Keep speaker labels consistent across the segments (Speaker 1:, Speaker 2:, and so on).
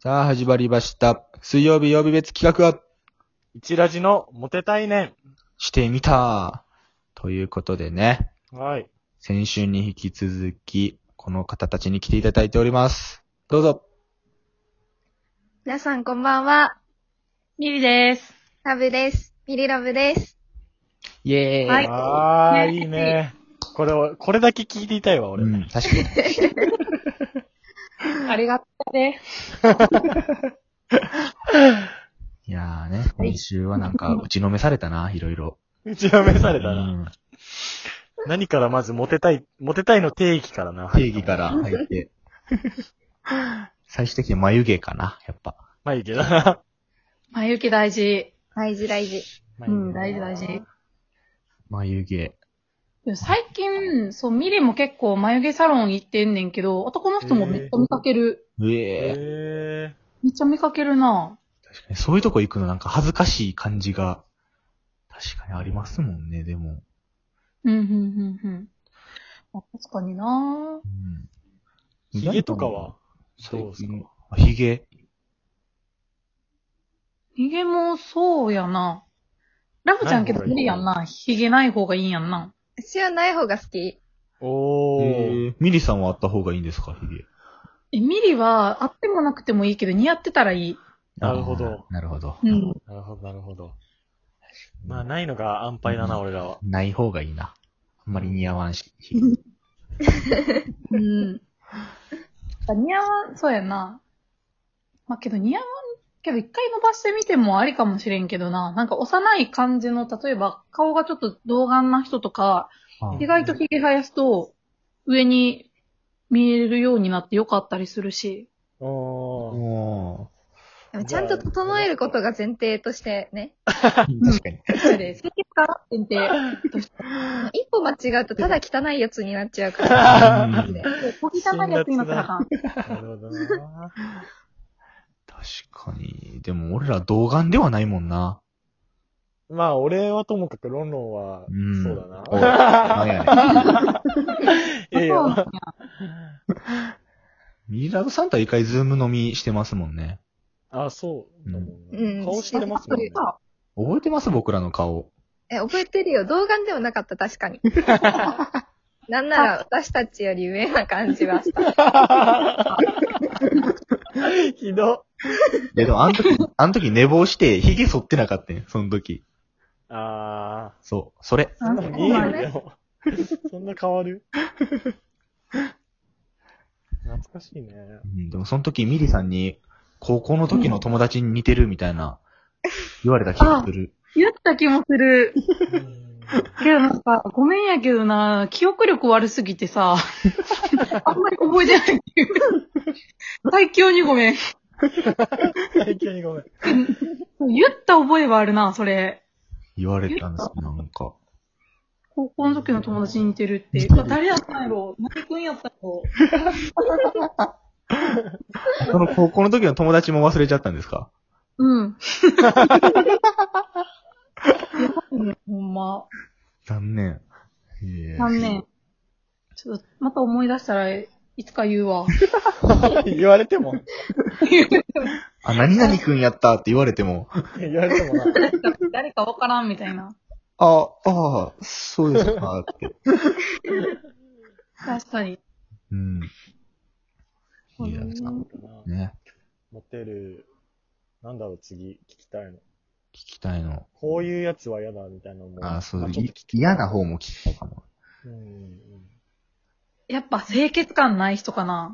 Speaker 1: さあ、始まりました。水曜日曜日別企画、
Speaker 2: 一ラジのモテたいね
Speaker 1: してみたということでね、
Speaker 2: ん。はい。
Speaker 1: 先週に引き続き、この方たちに来ていただいております。どうぞ。
Speaker 3: 皆さんこんばんは。
Speaker 4: ミリです。
Speaker 3: ラブです。ミリラブです。
Speaker 1: イエーイ、
Speaker 4: はい
Speaker 2: あー、いいね。これを、これだけ聞いていたいわ、俺。
Speaker 1: うん、確かに。
Speaker 4: ありがとうね。
Speaker 1: いやーね、先週はなんか、打ちのめされたな、いろいろ。
Speaker 2: 打ちのめされた
Speaker 1: う
Speaker 2: な。
Speaker 1: ん
Speaker 2: 何からまずモテたい、モテたいの定義からな。
Speaker 1: 定義から入って。最終的に眉毛かな、やっぱ。
Speaker 2: まあいいけどな。
Speaker 4: 前行き大事。
Speaker 3: 大事大事。
Speaker 4: うん、大事大事。で
Speaker 1: 眉毛。
Speaker 4: も最近、そう、ミリも結構眉毛サロン行ってんねんけど、男の人もめっちゃ見かける。
Speaker 1: う
Speaker 2: へ
Speaker 1: え
Speaker 2: え
Speaker 4: めっちゃ見かけるな
Speaker 1: ー、そういうとこ行くのなんか恥ずかしい感じが、確かにありますもんね、でも。
Speaker 4: うん、うん、うん、うんまあ。確かにな
Speaker 1: う
Speaker 2: ー。
Speaker 1: ん
Speaker 2: ヒゲとかは
Speaker 1: 最
Speaker 2: どうです
Speaker 1: 近
Speaker 2: か。
Speaker 1: あヒゲ。
Speaker 4: ヒゲもそうやなラブちゃんけど無理やんな。ヒゲない方がいいんやんな。
Speaker 3: 私はない方が好き。
Speaker 2: おー。
Speaker 1: えーミリさんはあった方がいいんですか、ヒゲ。
Speaker 4: え、ミリはあってもなくてもいいけど、似合ってたらいい。
Speaker 2: なるほど
Speaker 1: あー。なるほど。
Speaker 4: うん。
Speaker 2: なるほど、なるほど。まあ、ないのが安牌だな、俺らは。
Speaker 1: ない方がいいな。あんまり似合わんし。
Speaker 4: うん。似合わん、そうやな。まあけど似合わん、けど一回伸ばしてみてもありかもしれんけどな。なんか幼い感じの、例えば顔がちょっと童顔な人とか、
Speaker 1: あ
Speaker 4: 意外と髭生やすと上に見えるようになってよかったりするし。
Speaker 2: おー。
Speaker 1: お
Speaker 3: でもちゃんと整えることが前提としてね。
Speaker 1: ー確かに。
Speaker 4: そ うです。清潔感あってんて、
Speaker 3: 一歩間違うとただ汚いやつになっちゃうか ら。
Speaker 1: うん
Speaker 4: 小汚いやつになったらあかん。
Speaker 2: なるほどな。
Speaker 1: 確かに。でも俺ら童顔ではないもんな。
Speaker 2: まあ、俺はともかくロンロンは
Speaker 1: うん、
Speaker 2: そうだな。
Speaker 1: おいなんやねん。
Speaker 2: いやいや
Speaker 4: そうなんや
Speaker 1: ミリラブさんとは一回ズーム飲みしてますもんね。
Speaker 2: あ、そうだもんね。
Speaker 3: うん
Speaker 2: 顔してますもんね。
Speaker 4: あ
Speaker 1: 覚えてます僕らの顔。
Speaker 3: え、覚えてるよ。動画ではなかった、確か に。なんなら私たちより上な感じはした。
Speaker 2: ひど。
Speaker 1: いやでもあの時、あの時寝坊して、髭剃ってなかったんその時。
Speaker 2: あ
Speaker 1: そう。それ。
Speaker 2: ー。そんな
Speaker 4: そう
Speaker 2: の
Speaker 4: な
Speaker 2: 見え
Speaker 4: ん
Speaker 2: る
Speaker 4: や
Speaker 2: でも。そんな変わる懐かしいね。
Speaker 1: うん、でもその時ミリさんに、高校の時の友達に似てるみたいな、言われた気がする。
Speaker 4: 言った気もする。けどなんか、ごめんやけどな、記憶力悪すぎて さ、あんまり覚えてないっていう。最強にごめん。
Speaker 2: 最強にごめん。
Speaker 4: 言った覚えはあるな、それ。
Speaker 1: 言われたんですよ、なんか。
Speaker 4: 高校の時の友達に似てるっていう。誰やったんやろ何君やったんやろ
Speaker 1: その高校の時の友達も忘れちゃったんですか
Speaker 4: うん。いやほんま。
Speaker 1: 残念。ええ
Speaker 4: 残念。ちょっと、また思い出したらいつか言う わ。
Speaker 2: 言われても。
Speaker 1: あ、何々くんやったって言われても、
Speaker 2: 言われてもな。
Speaker 4: 誰かわからんみたいな。
Speaker 1: あ、ああ、そうですか、 って。
Speaker 4: 確かに。
Speaker 1: うん。ミリラブさん。ね。
Speaker 2: モテる。なんだろう、次、聞きたいの。
Speaker 1: 聞きたいの。
Speaker 2: こういうやつは嫌だ、みたいなのも。
Speaker 1: ああ、そう、
Speaker 2: ちょっ
Speaker 1: い
Speaker 2: と聞きたい
Speaker 1: 嫌な。方も聞きたいかも。
Speaker 2: うんうん
Speaker 4: やっぱ清潔感ない人かな。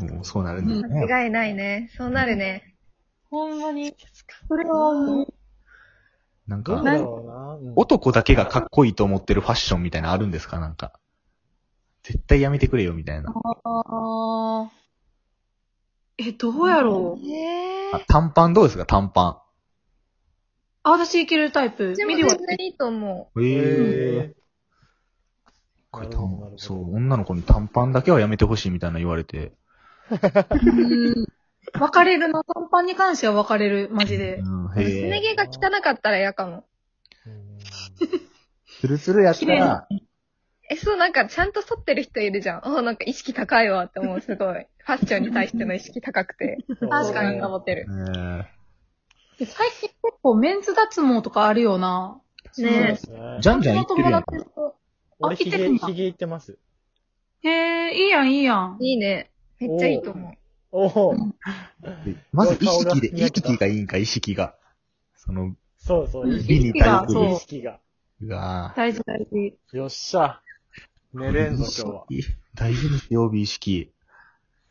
Speaker 1: もうそうなるんだよね。
Speaker 3: 間違いないね。そうなるね。
Speaker 4: ほんまに。それはもう、
Speaker 1: なん
Speaker 2: どう
Speaker 1: か、
Speaker 2: だろうな。うん
Speaker 1: 男だけがかっこいいと思ってるファッションみたいなのあるんですかなんか。絶対やめてくれよみたいな。
Speaker 4: あーえ、どうやろう。
Speaker 3: へえ。
Speaker 1: あ短パンどうですか短パ
Speaker 4: あ、私いけるタイプ
Speaker 3: で。も
Speaker 4: ミリは
Speaker 3: 全、然いいと思
Speaker 1: ン。
Speaker 2: へ
Speaker 1: え。
Speaker 2: ー
Speaker 1: これ
Speaker 2: なるほどなるほど
Speaker 1: そう、女の子に短パンだけはやめてほしいみたいな言われて。
Speaker 4: うん。分かれるな。短パンに関しては分かれる。マジ
Speaker 1: うん、
Speaker 4: で。
Speaker 3: う。すね
Speaker 1: へえ。
Speaker 3: 毛が汚かったら嫌かも。
Speaker 2: うん
Speaker 1: ツルツルやった
Speaker 4: 綺麗
Speaker 1: ら
Speaker 4: な、
Speaker 3: え、そう、なんかちゃんと剃ってる人いるじゃん。あ、なんか意識高いわって思う、すごい。ファッションに対しての意識高くて、
Speaker 4: 確かに
Speaker 3: 頑張ってる。
Speaker 1: ね
Speaker 4: で最近結構メンズ脱毛とかあるよな。
Speaker 3: ね
Speaker 2: そうですね
Speaker 1: えじゃんじゃん言ってるやん。
Speaker 4: 私の友達と
Speaker 2: 俺、
Speaker 4: 飽き
Speaker 2: ひ
Speaker 4: て
Speaker 2: げ、
Speaker 4: るんだ
Speaker 2: ひげいってます。
Speaker 4: へえ、いいやん、いいやん。
Speaker 3: いいね。めっちゃいいと思う。
Speaker 2: おお、
Speaker 1: まず意識で、
Speaker 2: 顔が
Speaker 1: 意識がいいんか、意識が。その、
Speaker 2: そうそう、意識
Speaker 1: 美に対す
Speaker 4: そう
Speaker 1: る
Speaker 2: 意識が。
Speaker 1: うわぁ
Speaker 4: 大事大事。
Speaker 2: よっしゃ。寝れんぞ、今日は。
Speaker 1: 大事ですよ、美意識。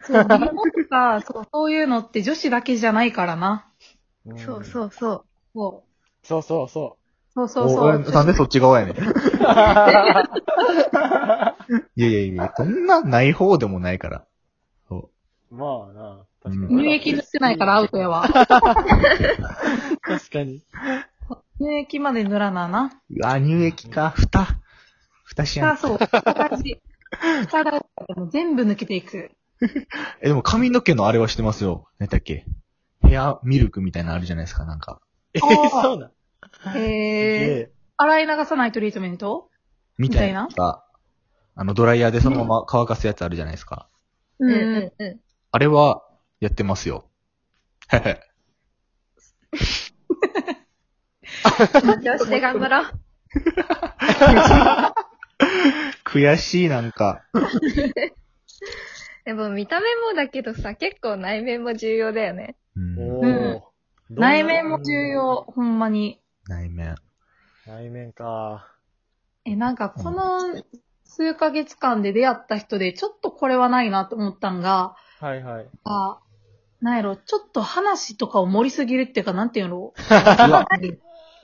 Speaker 4: そう、美容とか、 そう、そういうのって女子だけじゃないからな。
Speaker 2: うん
Speaker 3: そうそうそう。
Speaker 4: そう。
Speaker 2: そうそうそ。
Speaker 4: そうそうそ
Speaker 1: おえ
Speaker 4: う。
Speaker 1: なんでそっち側やね ん。いやいやいや、そんなない方でもないから。そう
Speaker 2: まあな。確か
Speaker 1: う
Speaker 2: に。
Speaker 4: 乳液塗ってないからアウトやわ。
Speaker 2: 確かに。
Speaker 4: 乳液まで塗らなな。
Speaker 1: う。うわ乳液か、蓋。蓋しや
Speaker 4: あ、
Speaker 1: ん。
Speaker 4: そう。蓋大事。蓋大事。もう全部抜けていく。
Speaker 1: え、でも髪の毛のあれはしてますよ。何だっけヘアミルクみたいなのあるじゃないですか、なんか。
Speaker 2: え
Speaker 4: あー
Speaker 2: そうなん。
Speaker 4: へえ。
Speaker 2: え
Speaker 4: 洗い流さないトリートメント
Speaker 1: みたいな
Speaker 4: み
Speaker 1: さ。あの、ドライヤーでそのまま乾かすやつあるじゃないですか。
Speaker 3: う
Speaker 4: うん
Speaker 3: うん うん。
Speaker 1: あれは、やってますよ。 へへ。
Speaker 3: 調子で頑張ろう。
Speaker 1: 悔しい、なんか。
Speaker 3: でも見た目もだけどさ、結構内面も重要だよね。
Speaker 1: う
Speaker 2: ー
Speaker 1: ん、
Speaker 2: おー
Speaker 4: うん
Speaker 2: どんな
Speaker 4: 内面も重要。。ほんまに。
Speaker 1: 内面。
Speaker 2: 内面か。
Speaker 4: え、なんかこの数ヶ月間で出会った人で、ちょっとこれはないなと思ったんが、
Speaker 2: はいはい。
Speaker 4: あ、なんやろ、ちょっと話とかを盛りすぎるっていうか、なんていうの
Speaker 1: うわ、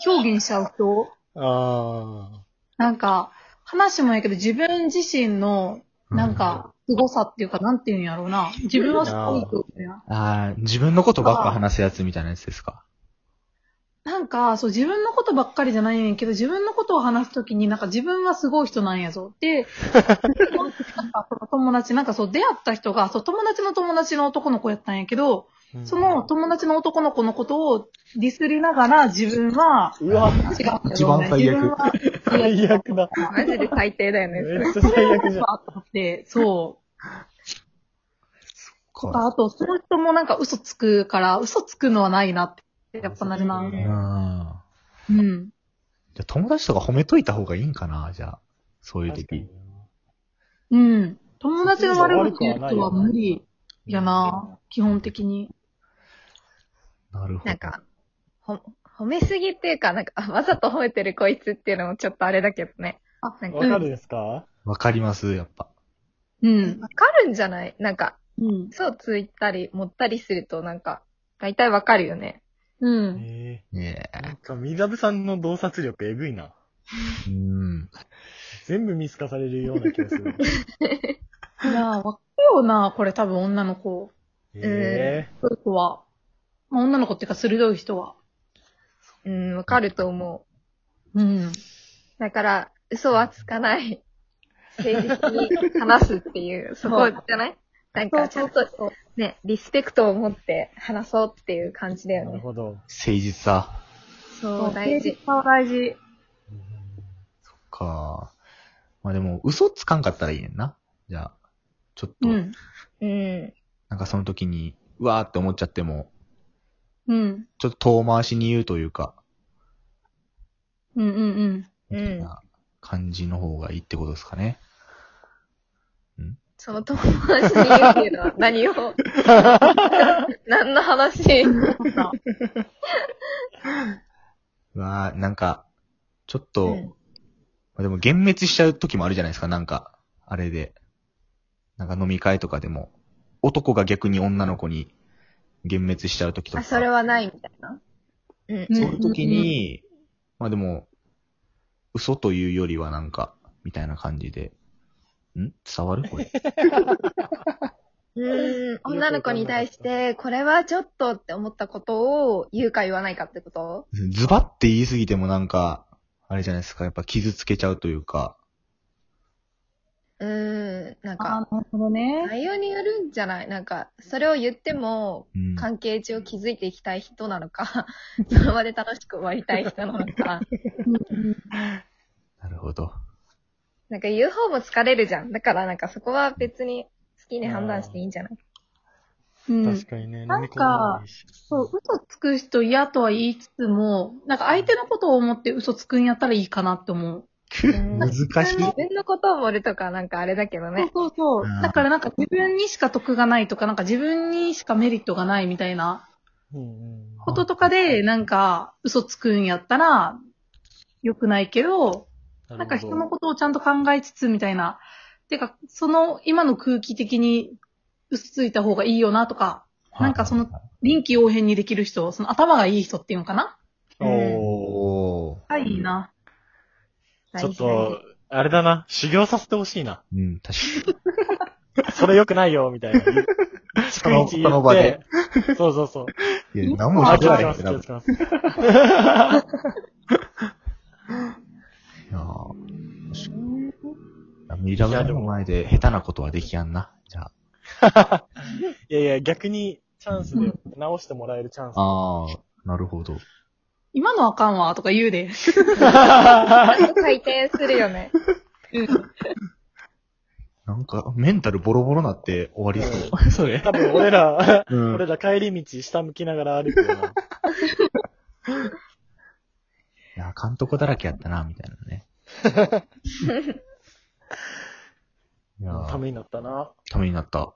Speaker 4: 表現しちゃう人
Speaker 2: あ
Speaker 4: なんか、話もやけど自分自身の、なんか、凄さっていうか、なんていうんやろうな。自分はすごいとな。
Speaker 1: ああ、自分のことばっか話すやつみたいなやつですか。
Speaker 4: なんか、そう、自分のことばっかりじゃないんやけど、自分のことを話すときになんか自分はすごい人なんやぞ。で、なんか、その友達、なんかそう、出会った人が、そう、友達の友達の男の子やったんやけど、
Speaker 2: あ。
Speaker 4: その、友達の男の子のことをディスりながら、自分は、
Speaker 2: うわ、
Speaker 4: 違う
Speaker 1: 一番最悪
Speaker 4: 自分は、
Speaker 2: 最悪 だ。
Speaker 3: マジで最低だよね。
Speaker 2: めっちゃ最悪じゃん。
Speaker 4: あって、そう。
Speaker 1: こ
Speaker 4: あと、その人もなんか嘘つくから、嘘つくのはないなって、やっぱなるな
Speaker 2: そう。
Speaker 1: うん。
Speaker 2: ね
Speaker 1: じゃあ
Speaker 4: うん。
Speaker 1: 友達とか褒めといた方がいいんかな、じゃあ。そういう
Speaker 2: 確かに
Speaker 1: 時。
Speaker 4: うん。友達の悪口言う人は無理やな、基本的に。
Speaker 1: なるほど。
Speaker 3: なんか、ほ、褒めすぎっていうか、なんか、あわざと褒めてるこいつっていうのもちょっとあれだけどね。
Speaker 4: あ、
Speaker 3: なんか、
Speaker 2: わかるですか
Speaker 1: わかります、やっぱ。
Speaker 4: うん。
Speaker 3: わかるんじゃないなんか、
Speaker 4: うん。
Speaker 3: そうついたり、持ったりすると、なんか、大体わかるよね。
Speaker 4: うん。
Speaker 2: え
Speaker 1: ね
Speaker 2: え。なんか、ミザブさんの洞察力えぐいな。
Speaker 1: え。うん。
Speaker 2: 全部見透かされるような気がする。
Speaker 4: いや、わかるよな、これ多分女の子。
Speaker 2: ええ。
Speaker 4: そういう子は。まあ、女の子っていうか鋭い人は。
Speaker 3: うん、わかると思
Speaker 4: うん。
Speaker 3: う。だから、嘘はつかない。誠実に話すって いう、そこじゃないなんか、ちゃんと、
Speaker 4: そう。
Speaker 3: ね、リスペクトを持って話そうっていう感じだよ
Speaker 2: なる
Speaker 3: ね。
Speaker 2: ほど。
Speaker 1: 誠実さ。
Speaker 3: そう、大事。。
Speaker 4: 大事。
Speaker 1: か。まあでも、嘘つかんかったらいいねんな。じゃあ、ちょっと、
Speaker 4: うん。
Speaker 3: うん。
Speaker 1: なんかその時に、うわーって思っちゃっても、
Speaker 4: うん。
Speaker 1: ちょっと遠回しに言うというか、
Speaker 4: うんうんうん。
Speaker 3: う
Speaker 1: みたい
Speaker 3: ん。
Speaker 1: な感じの方がいいってことですかね。
Speaker 3: その友達に言うっていうのは何 を何の話
Speaker 4: そうか
Speaker 1: うわーなんか、ちょっと、
Speaker 3: うん
Speaker 1: まあでも、幻滅しちゃう時もあるじゃないですか、なんか、あれで。なんか飲み会とかでも、男が逆に女の子に幻滅しちゃう時とか。
Speaker 3: あ、それはないみたいな。うん。
Speaker 4: うん
Speaker 1: そういう時に、まあでも、嘘というよりはなんか、みたいな感じで。ん伝わるこ れ。
Speaker 3: うん。女の子に対して、これはちょっとって思ったことを言うか言わないかってこと
Speaker 1: ズバって言いすぎてもなんか、あれじゃないですか、やっぱ傷つけちゃうというか。
Speaker 3: うん。なん
Speaker 4: あ
Speaker 3: か、
Speaker 4: ー、なるほどね。
Speaker 3: 内容によるんじゃないなんか、それを言っても、
Speaker 1: うん。
Speaker 3: 関係値を築いていきたい人なのか、 その場で楽しく終わりたい人なのか。
Speaker 4: うんうん
Speaker 1: なるほど。
Speaker 3: なんか言う方も疲れるじゃん。だからなんかそこは別に好きに判断していいんじゃない
Speaker 4: うん
Speaker 2: 確。かにね、
Speaker 4: なんか
Speaker 2: 飲み込まないし。
Speaker 4: そう、嘘つく人嫌とは言いつつも、なんか相手のことを思って嘘つくんやったらいいかなって思う。
Speaker 3: ん
Speaker 1: 難しい
Speaker 3: 自。分のことを盛るとかなんかあれだけど
Speaker 4: そう
Speaker 3: ね。
Speaker 4: そうそう。
Speaker 1: うん
Speaker 4: だからなんか自分にしか得がないとか、なんか自分にしかメリットがないみたいな
Speaker 2: うんうん。
Speaker 4: こととかで、なんか嘘つくんやったら良くないけど、なんか人のことをちゃんと考えつつみたいな。てか、その今の空気的に嘘ついた方がいいよなとか、なんかその臨機応変にできる人、その頭がいい人っていうのかな
Speaker 2: おお
Speaker 1: おー。
Speaker 4: はい、いいな。
Speaker 2: ー。ちょっと、あれだな、修行させてほしいな。
Speaker 1: うん、確かに。
Speaker 2: それ良くないよ、みた いな。
Speaker 1: そ
Speaker 2: 逐
Speaker 1: の
Speaker 2: 一
Speaker 1: そ
Speaker 2: 言
Speaker 1: の
Speaker 2: っ
Speaker 1: 場
Speaker 2: て
Speaker 1: で。。
Speaker 2: そうそう そう。
Speaker 1: い や、何も
Speaker 2: あ、
Speaker 1: 喋
Speaker 2: 気を
Speaker 1: ら
Speaker 2: つ
Speaker 1: れ
Speaker 2: け
Speaker 1: へん
Speaker 2: ま
Speaker 1: け
Speaker 2: す、
Speaker 1: ど
Speaker 2: 気を
Speaker 1: 多
Speaker 2: つ
Speaker 1: 分
Speaker 2: けます。
Speaker 1: いやー確かにミラブラの前で下手なことはできやんな。じゃ
Speaker 2: いやいや、逆にチャンスで直してもらえるチャンス。
Speaker 1: あ。あー、なるほど。
Speaker 4: 今のあかんわ、とか言うで。
Speaker 3: 回転するよね。
Speaker 1: なんか、メンタルボロボロなって終わりそう。それ。
Speaker 2: 多分俺ら、
Speaker 1: うん
Speaker 2: 俺ら帰り道下向きながら歩くよな。
Speaker 1: いや、監督だらけやったな、みたいな ね。いやー
Speaker 2: ためになったな。
Speaker 1: ためになった。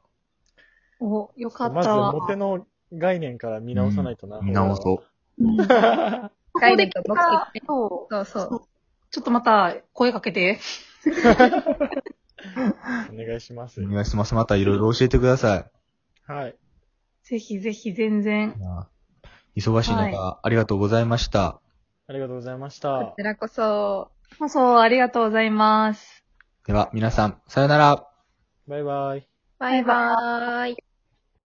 Speaker 4: お、よか
Speaker 2: ま
Speaker 4: っ
Speaker 2: ず、
Speaker 4: たわ。
Speaker 2: モテの概念から見直さないとな。
Speaker 1: 見直 そう。
Speaker 4: こ
Speaker 3: 概
Speaker 4: こで
Speaker 3: 念
Speaker 4: 来
Speaker 3: と目
Speaker 4: た
Speaker 3: 的。
Speaker 4: そう
Speaker 3: そうそう。
Speaker 4: ちょっとまた声かけて。
Speaker 2: お願いします
Speaker 1: お。願いします。またいろいろ教えてくださ
Speaker 2: はい。
Speaker 4: ぜひぜひ全然
Speaker 1: い。。いや忙しい中、ありがとうございました。
Speaker 2: ありがとうございまし
Speaker 3: こ
Speaker 2: た。
Speaker 3: ちらこそ、
Speaker 4: そうそう、ありがとうございます。
Speaker 1: では、皆さん、さよなら。
Speaker 2: バイバイ。
Speaker 3: バイバーイ。